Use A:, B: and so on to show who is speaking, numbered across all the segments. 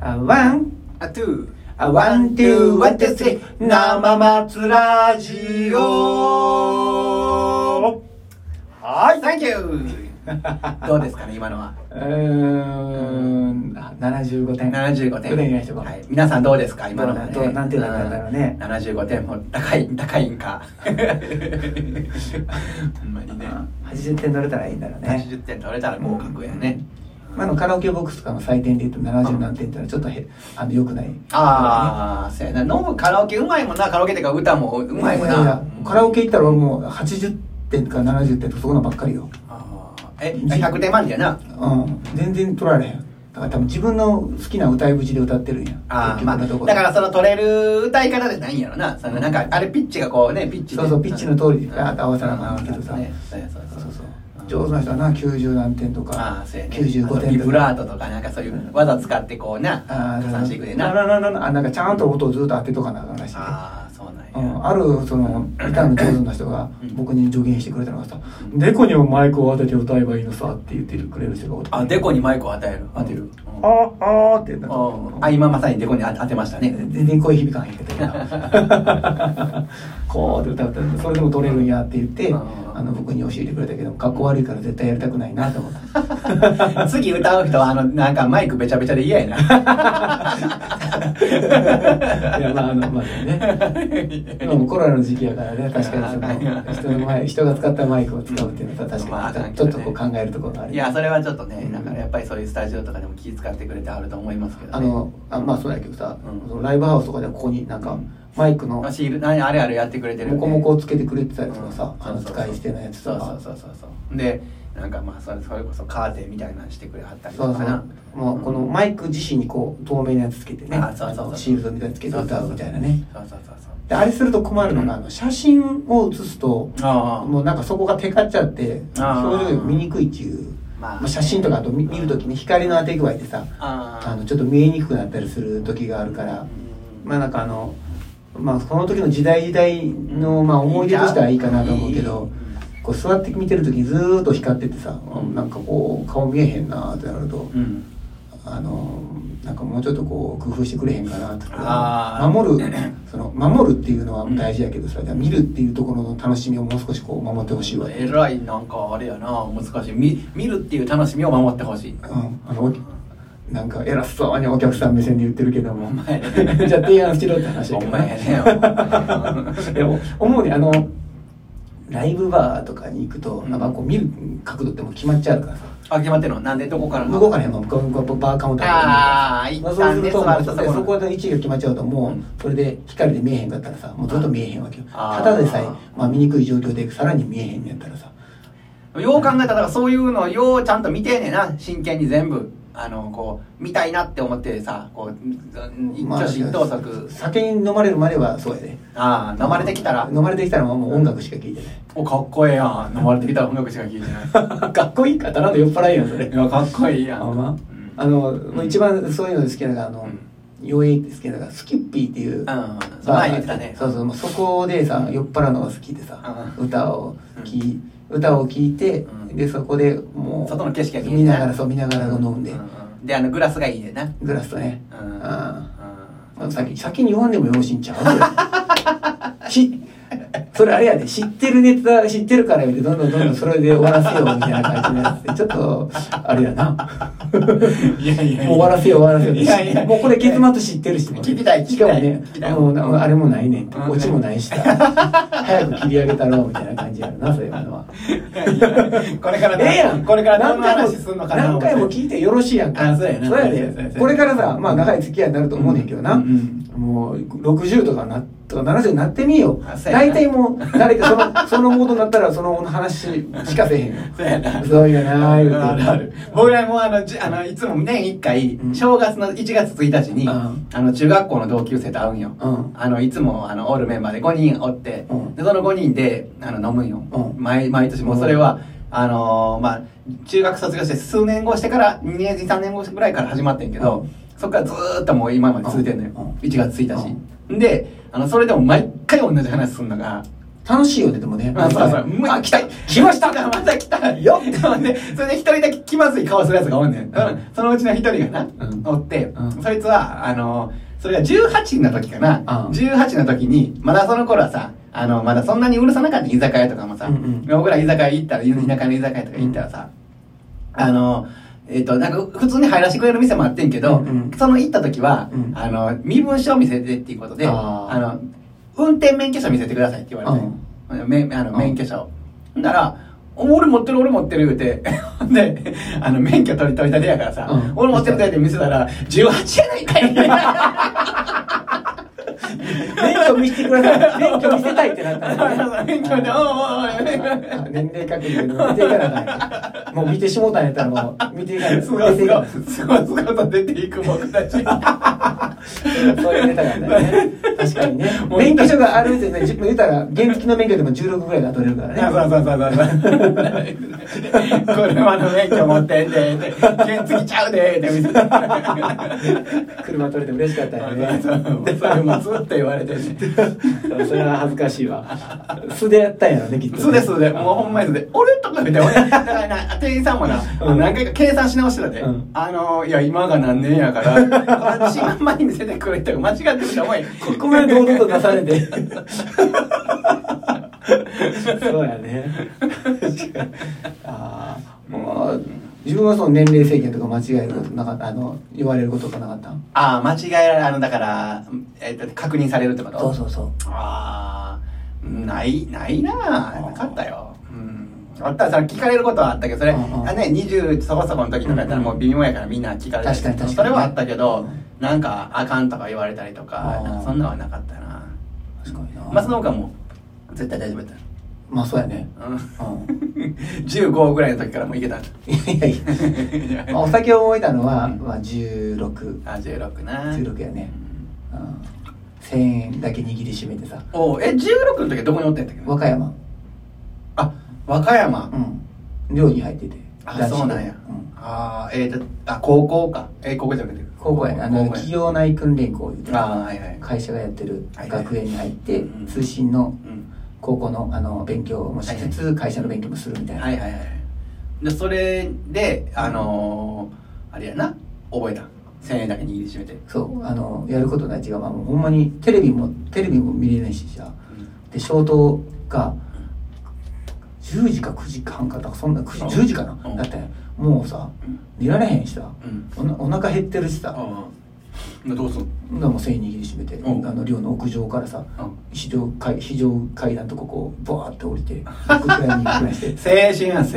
A: あワン、あ、ツー。あ、ワン、ツー、ワン、ツー、スリー。生松ラジオはい、サンキュー
B: どうですかね、今のは。
A: うーん、あ75点。
B: 75点。
A: お願いします
B: はい。皆さんどうですか今のは、
A: どう
B: ね。
A: ななんてなったんだろうね
B: ん75点も高い、高いん か。ほんまにね。
A: 80点取れたらいいんだろうね。
B: 80点取れたら合格やね。
A: 今のカラオケボックスとかの採点で言うと70何点ってのはちょっとへあの良くない。
B: ああ、そうやな。飲むカラオケうまいもんな。カラオケってか歌もうまいもん
A: やや
B: な。
A: カラオケ行ったら俺もう80点とか70点とかそこのばっかりよ。
B: あーえ、100点満点やな。
A: うん、全然取られへん。だから多分自分の好きな歌い口で歌ってるんや。
B: ああ、
A: 結
B: ま
A: 局のとこ
B: あ、
A: ろ
B: だからその取れる歌い方じゃないんやろな。そのなんか、あれピッチがこうね、ピッチで
A: そうそうピッチの通りで
B: うん
A: ガーッと合わさなあかんわけどさ
B: ねそうやそうや
A: そう
B: そ
A: そう
B: う
A: そう。
B: 上
A: 上手な人はな、90何点と
B: あ
A: か、
B: あ、そうやね。
A: 95
B: あとビ
A: 点と
B: ブラー
A: か。
B: トとかなんかそういう技使ってこうな、
A: あ
B: 加算していくで
A: な
B: な。
A: ななななあなんかちゃんと音をずっと当てとかなあかんらしいね
B: ああ、そう
A: う
B: なん
A: ん、
B: や。
A: あるそのギターの上手な人が
B: うん
A: 僕に助言してくれたのがさ「
B: うん
A: デコにもマイクを当てて歌えばいいのさ」って言ってくれる人がおって
B: あ、デコにマイクを与える。
A: うん
B: 当てる。
A: 「あああ」ってな
B: うんん
A: か
B: あ、今まさにデコに当てました ね。
A: 全然声響かへんけど 今こうって歌ってそれでも取れるんやって言って
B: うん
A: あの僕に教えてくれたけど格好悪いから絶対やりたくないなと思った
B: 次歌う人は、あの、なんかマイクべちゃべちゃで嫌や
A: い
B: な。
A: やまああのまあね でもコロナの時期やからね確かにその人の前人が使ったマイクを使うっていうのは確
B: まあ
A: か
B: だ
A: に
B: け
A: ちょ
B: ど
A: っ
B: ね
A: とこう考えるところがある
B: いや、それはちょっとね、
A: うん
B: だからやっぱりそういうスタジオとかでも気遣ってくれてあると思いますけど、
A: あ
B: ね。
A: のあまあそうやけどさ、
B: うん
A: そのライブハウスとかではここになんか
B: うん
A: マイクの
B: まあ、シール、何あれあれやってくれてる、
A: モコモコをつけてくれてたりとかさ、
B: うん
A: あの
B: そうそう
A: 使い捨てのやつ
B: そ
A: と
B: うそ
A: か
B: うそうそうそう。で、なんかまあ、それ、それこそカーテンみたいなのしてくれはったり
A: そ
B: と
A: うそ
B: かな
A: う。もうこのマイク自身にこう透明なやつつけてね
B: あそうそうそう
A: シールドみたいなやつつけて歌うみたいなね。
B: そうそうそうそう。
A: であれすると困るのが、あの写真を写すと
B: ああ。
A: もうなんかそこがテカっちゃって
B: あー
A: 表情が見にくいっていう
B: まあ
A: まあ写真とかあと見見るときに光の当て具合でさ
B: ああ
A: あのちょっと見えにくくなったりする時があるから、まあなんかあの、まあその時の時代時代のまあ思い出としてはいいかなと思うけど、こう座って見てる時ずーっと光っててさ、
B: うん
A: なんかこう顔見えへんなーってなると、
B: うん。
A: あのなんかもうちょっとこう工夫してくれへんかなと
B: あ
A: か
B: ー
A: 守る その守るっていうのは大事やけどさ、じゃあ見るっていうところの楽しみをもう少しこう守ってほしいわ、
B: えらいなんかあれやな難しい見見るっていう楽しみを守ってほし
A: う
B: い
A: ん、あのなんか偉そうにお客さん目線で言ってるけども
B: お前 ね
A: じゃあ提案しろって話だ
B: お
A: けどな
B: 前や ね
A: でも思うねあのライブバーとかに行くと、
B: うん
A: なんかこう見る角度ってもう決まっちゃうからさ
B: あ決まってるのなんでどこからなの
A: 向こうからへんの向こう向こうバーカウンター
B: ああ一
A: まあ、そう
B: 旦
A: す
B: ね
A: ると
B: 座
A: も
B: る
A: う
B: と
A: そ
B: そこ
A: こ
B: の
A: そこで位置が決まっちゃうともう、
B: うん
A: それで光で見えへんかったらさもうずっと見えへんわけよ
B: あ
A: た
B: ー
A: だでさえ、まあ、見にくい状況でさらに見えへんのやったらさ
B: よう考えたらだからそういうのをようちゃんと見てんねんな真剣に全部あのこう見たいなって思ってさこう一
A: まあ
B: 挙手一投足
A: 酒に飲まれるまではそうやで
B: ああ飲まれてきたら
A: 飲まれてきたらもう音楽しか聴いて ない
B: おかっこええやん飲まれてきたら音楽しか聴いてな
A: かっこいいかただの酔っ払いやんそれ
B: いいやかっこいいやん
A: あまあ
B: うん
A: あの、もう一番そういうので好きなのがあ
B: う
A: の
B: ん、
A: 妖艶って好きなのがスキッピーっていう、
B: うん
A: バー
B: 前言ってたね
A: そうそうもうそこでさ酔っ払うのが好きでさ、歌を聴い歌を聴いて、
B: うん
A: でそこでもう
B: 外の景色が見える
A: 見ながらそう見ながら飲んで、
B: ううんであのグラスがいいねんな
A: グラスとね、
B: うんうん
A: ああ先先に言わんでもよろしいんちゃう しそれあれやで知ってるネタ知ってるから言うてどんどんどんどんそれで終わらせようみたいな感じになってちょっとあれやな
B: いやいやいや
A: もう終わらせよう終わらせよう
B: いやいや
A: もうこれ結末知ってるし
B: 聞きたい聞
A: し
B: き
A: かも
B: たい
A: ね
B: 聞きたい
A: もうなあれもないねんって
B: うん
A: オチもないしさ早く切り上げたろうみたいな感じやろなそういうのは。
B: いやいやこれから
A: ええやん
B: これから何の
A: 回も
B: 話すんのかな
A: 何回も聞いてよろしいやんか
B: あそうやなそうや
A: で
B: な
A: これからさまあ長い付き合いになると思うねんけどな、
B: うんうん
A: もう60とかなとか70になってみよ
B: あ
A: う
B: そうやな
A: 大体もう誰かそのそ のモードになったらその話しかせへんよ
B: そうやな
A: そうやな言うて
B: あるある僕らもあのじあのいつも年1回、
A: うん
B: 正月の1月1日に、
A: うん
B: あの中学校の同級生と会うんよ、
A: うん
B: あのいつもあのおるメンバーで5人おって、
A: うん
B: でその5人であの飲むんよ、
A: うん
B: 毎毎年もうそれは、あのーまあ中学卒業して数年後してから2年3年後ぐらいから始まってんけど、
A: うん
B: そっからずーっともう今まで続いてんのよ、
A: うん
B: 1月1日、であのそれでも毎回同じ話すんのが
A: 楽しいよねでもね
B: まあ、そうそう。
A: 毎回
B: あ、来た来ました また来たよって思って、それで一人だけ気まずい顔するやつがおんねん。
A: うん
B: そのうちの一人がな、
A: うん
B: おって、
A: うん
B: そいつは、あの、それが18の時かな、
A: うん
B: 18の時に、まだその頃はさ、あの、まだそんなにうるさなかった居酒屋とかもさ、
A: うんうん
B: 僕ら居酒屋行ったら、田舎の居酒屋とか行ったらさ、あの、えっ、と、なんか、普通に入らせてくれる店もあってんけど、
A: うんうん
B: その行った時は、
A: うん
B: あの、身分証見せてっていうことで、
A: あ
B: あ
A: ー
B: の、運転免許証見せてくださいって言われて、
A: うん
B: めあの
A: うん
B: 免許証。ほんなら、お俺持ってる、俺持ってる言うて、 ほんで、あの、免許取り取りたてやからさ、
A: うん
B: 俺持ってるって見せたら、18やないかい
A: 免許見せてください免許見せたいってなったんだね
B: 免許で、おうおうおう
A: あ年齢確認で見ていかなあかんねもう見てしもうたんやったらもう見ていかない
B: すごいすごい
A: そ
B: すごいすごいと出ていく僕 たち。
A: ういうネタがあったよね確かにね
B: もう
A: 免許証があるってね自分言ったら原付の免許でも16ぐらいが取れるからね
B: あそうそうそうそうそう。車の免許持ってんで、って原付ちゃうで、って見せたら。
A: 車取れて嬉しかったよね
B: そうそうそれもずっと言われてるね。
A: それは恥ずかしいわ素でやったんやろねきっとね
B: そうですそうですもうほんまにそうで俺とかみたいな俺だからな 店員さんもな、あの何回か計算し直してたで、
A: うん
B: あのいや今が何年やから私まんまに見せてくれって間違ってると思い
A: ここまで堂々 と出されて。そうやね。確かに。ああ、もう、自分はその年齢制限とか間違えることなかった、あの、言われることとかなかった
B: ああ間違えられあのだから、えっと確認されるってこと
A: そうそうそう。
B: ああないないなあなかったようんあったらそれ聞かれることはあったけどそれ、
A: うんうん
B: あね20そこそこの時とかやったらもう微妙やからみんな聞かれたり
A: 確かに確かに
B: それはあったけど、
A: うん
B: なんかあかんとか言われたりと
A: う
B: か
A: ん
B: なんかそんなんはなかったな
A: 確かにな。
B: まあその他もう絶対大丈夫やっ
A: まあそうやね。
B: た、うん、
A: うん。
B: 15ぐらいの時からもういけた
A: いやいや。 まあお酒を覚えたのは、まあ16。
B: あ16な
A: 16やね。うん。1000円だけ握りしめてさ。
B: おうえ16の時はどこにおったんやったっけ
A: 和歌山。
B: あ和歌山、
A: うん。寮に入ってて。
B: あそうなんや、
A: うん
B: あーえー、とあ高校かえー、高校じゃなくて
A: 高校やねあの企業内訓練校いうて
B: ああはいはい
A: 会社がやってる
B: はいはい
A: 学園に入って
B: うん
A: 通信の
B: うん
A: 高校のあの勉強もしつ
B: は
A: つ会社の勉強もするみたいな、
B: はいはいはいでそれであのー、あれやな覚えた1000円だけ握りしめて、
A: そうあのやることないっていうか、まあ、もうほんまにテレビもテレビも見れないしさで消灯が10時か9時半かだからそんな9時10時かな
B: うん
A: だってもうさ
B: うん
A: 寝られへんしさ
B: うん
A: おなお腹減ってるしさ
B: ああどうすん
A: ほんならもう繊維握りしめて、
B: うん
A: あの寮の屋上からさ
B: うん
A: 非常階非常階段とここうバーって降りて僕らに行くらいして
B: 青春は青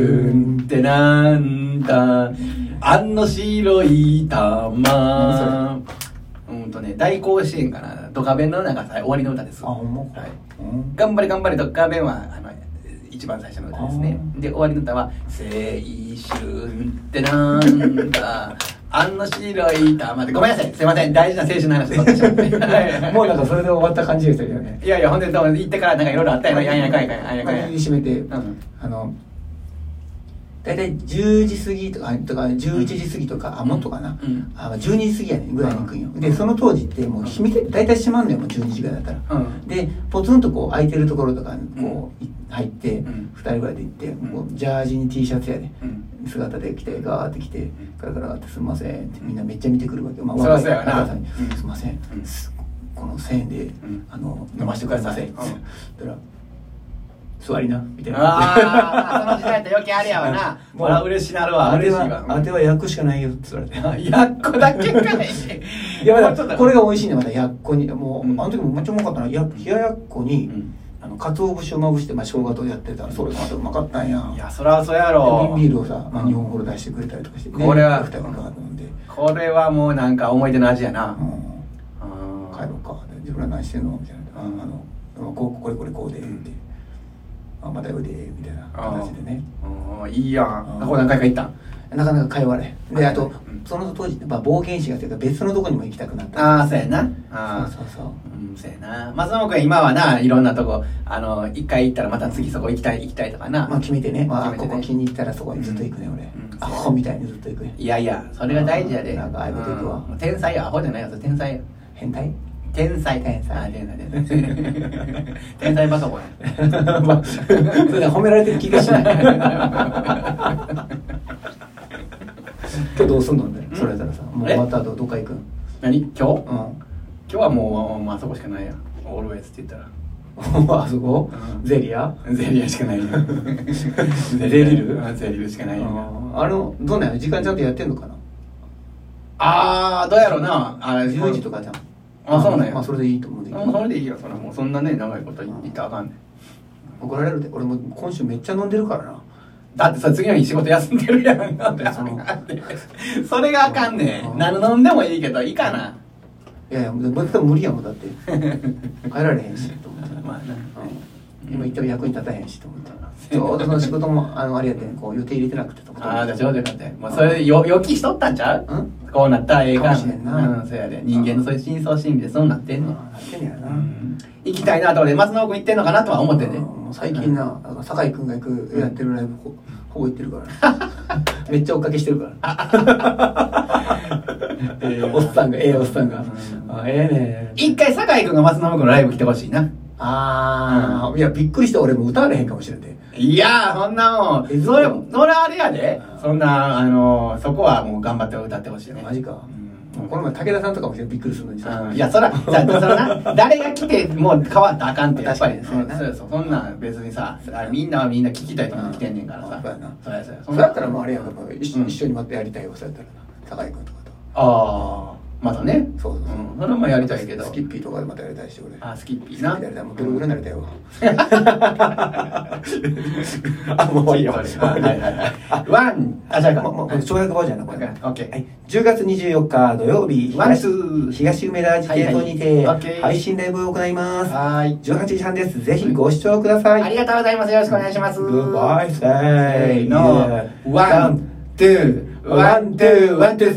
B: 春ってなんだあの白い玉
A: 何
B: うんとね大甲子園かなドカベンの中さ終わりの歌です
A: あ、ほんまか。
B: はい
A: うん
B: 頑張れ頑張れドカベンはあの一番最初の歌ですね
A: あ
B: で終わりの歌は「青春ってなんだあの白い玉」ってごめんなさいすいません大事な青春の話を取ってしまって
A: もうなんかそれで終わった感じでしたけどね。
B: いやいやほんでどうも行ってからなんかいろいろあったやろやんやかんやかんやんやかんや
A: 握りしめて、
B: うん
A: あの、大体10時過ぎとか、とか11時過ぎとか、あ、もっとかな。
B: うん
A: あ12時過ぎやねぐらいに行くんよ。
B: うん
A: で、その当時ってもう秘密、大体閉まんのよ、もう12時ぐらいだったら。
B: うん
A: で、ポツンとこう空いてるところとかにこうい入って、二
B: ん
A: 人ぐらいで行って、
B: ん
A: こうジャージに T シャツやで、
B: うん
A: 姿で来てガーって来て
B: ん
A: ガラガラって「すんません」ってみんなめっちゃ見てくるわけよ、まあ、
B: そりゃそうや
A: 若
B: な
A: い方に
B: うん
A: すんません、
B: うん
A: すこの1000円で、
B: ん
A: あの
B: 飲ませてください
A: 飲ま
B: うん
A: せてください」って言ったら「座りな」みたいな。
B: ああ、その時代って余計あれやわな。
A: うん
B: もう嬉しいなるわ、
A: あれ
B: 嬉しい
A: は
B: わ。、
A: あれは焼くしかないよって言われて。
B: あやっこだけかい。
A: いや、
B: も
A: だ
B: うちょっ
A: から
B: と
A: これが美味しいね、またやっこに。もう、
B: うん
A: あの時もめっちゃうまかったな。や冷ややっこ
B: う
A: に、
B: ん
A: あの、鰹節をまぶして、まあ、生姜とやってたら、それがまたうまかったんや。
B: いや、そらそうや
A: で
B: ろ。
A: ビールをさ、まあ、日本ほど出してくれたりとかして、
B: これは
A: 二人が飲んで。
B: これはもうなんか思い出の味や
A: う
B: な。
A: ん
B: うん
A: 帰ろうか」自分ら何してんの?」みたいな「ああ
B: うん
A: のこうこれこれこうで」って
B: うん
A: 「あまたよで」みたいな
B: あー
A: 形でね
B: うんいいやん。ここ何回か行ったん
A: なかなか会話れんであと
B: うん
A: その当時まあ冒険心がというか別のとこにも行きたくなった
B: ああ、そうやな。ああ
A: そうそうそう
B: うん、そうやな。松本君今はな、いろんなとこ、あの、一回行ったらまた次そこ行きたい、行きたいとかな。
A: まあ決めてねまあ
B: 決
A: こ
B: めてね
A: こ気に入ったらそこにずっと行くね俺
B: うん
A: アホみたいにずっと行くね
B: いやいや、それが大事やで。
A: なんかああいうこと行くわ
B: うん天才や、アホじゃないやつ、天才や。
A: 変態
B: 天才
A: 天才
B: あ天才天才天才パソコン や
A: まあ、それで褒められてる気がしない。今日どうすんのね、それたらさ、もう終わった後どっか行くん。
B: 何今日今
A: う
B: 日はもう、まあ、あそこしかないやオールウェイズって言ったら
A: ん。 あそこ、
B: うん
A: ゼリア
B: ゼリアしか ないよ
A: ゼリル
B: うんゼリルしかないよ
A: ああの、どうなんや時間ちゃんとやってんのかな
B: ああどうやろうなあれ
A: ?10 時とかじゃん。
B: あそうなんや
A: まあ、それでいいと思うね
B: あそれでいいよそれはもうそんなね長いこと言ってあかんねん
A: 怒られるで。俺もう今週めっちゃ飲んでるからな。
B: だってさ次の日仕事休んでるやんか
A: その
B: それがあかんね
A: うんん
B: 何飲んでもいいけどいいかない
A: やいや、もう絶対無理やもん、だって。帰られへんし、と思って。
B: まあ
A: う
B: な
A: ん今言っても役に立たへんしと思ってちょうどその仕事もあのあれやってんこう予定入れてなくてと
B: ああじゃあちょうどよかったよまあそれよ予期しとったんちゃう
A: うん
B: こうなったらええ
A: か
B: か
A: もしれんな
B: うんそうやで人間のそういう深層心理でそうなってんねん
A: なってんねやな、
B: 行きたいなと俺松野君行ってんのかなとは思ってね
A: うん最近な、なんか酒井君が行くやってるライブほほぼ行ってる から、めっちゃ追っかけしてるから
B: ええ
A: おっさんがええおっさんが、
B: うん
A: あええね
B: 一回酒井君が松野君のライブ来てほしいな
A: ああ、いやびっくりして俺もう歌われへんかもしれんで
B: いやーそんなもん
A: え
B: それそれあれやで
A: うん
B: そんなあのーそこはもう頑張って歌ってほしいね
A: マジか
B: うん
A: この前武田さんとかもびっくりするのにさ
B: うんいや、 そら、じゃあそらな、誰が来てもう変わったらあかんって、やっぱり。
A: 確
B: そ
A: か
B: う
A: に
B: そうそう、そんなん別にさ、あれみんなはみんな聞きたいと思って来てんねんから
A: う
B: さ
A: ん。そうやな
B: そうやそうや。
A: それだったらもうあれやんやっぱ一緒
B: うん
A: 一緒にまたやりたいよそうやったらな酒井君とかと
B: ああ、またね。
A: そうそうそう、
B: んそれもやりたいけど。
A: スキッピーとかでまたやりたいし俺
B: あ、スキッピー
A: な
B: な。
A: やりたいもうぐるぐるになりたいわ
B: あ、もういいよ。はいはいはい。ワン、あ、じゃあ、
A: ままこれ
B: オ
A: 跳躍バージョンやなこれ
B: ッケ
A: は
B: ー。
A: い、10月24日土曜日
B: ワン
A: 東
B: ツー
A: 東梅田自邸等にて
B: はいはいオッケー
A: 配信ライブを行います
B: はーい。
A: 18時半ですぜひご視聴ください
B: ありがとうございます。よろしくお願いします。
A: Goodbye
B: せーの
A: Say yeah.、
B: ワン、ツー、ワン、ツー、ワン、ツー、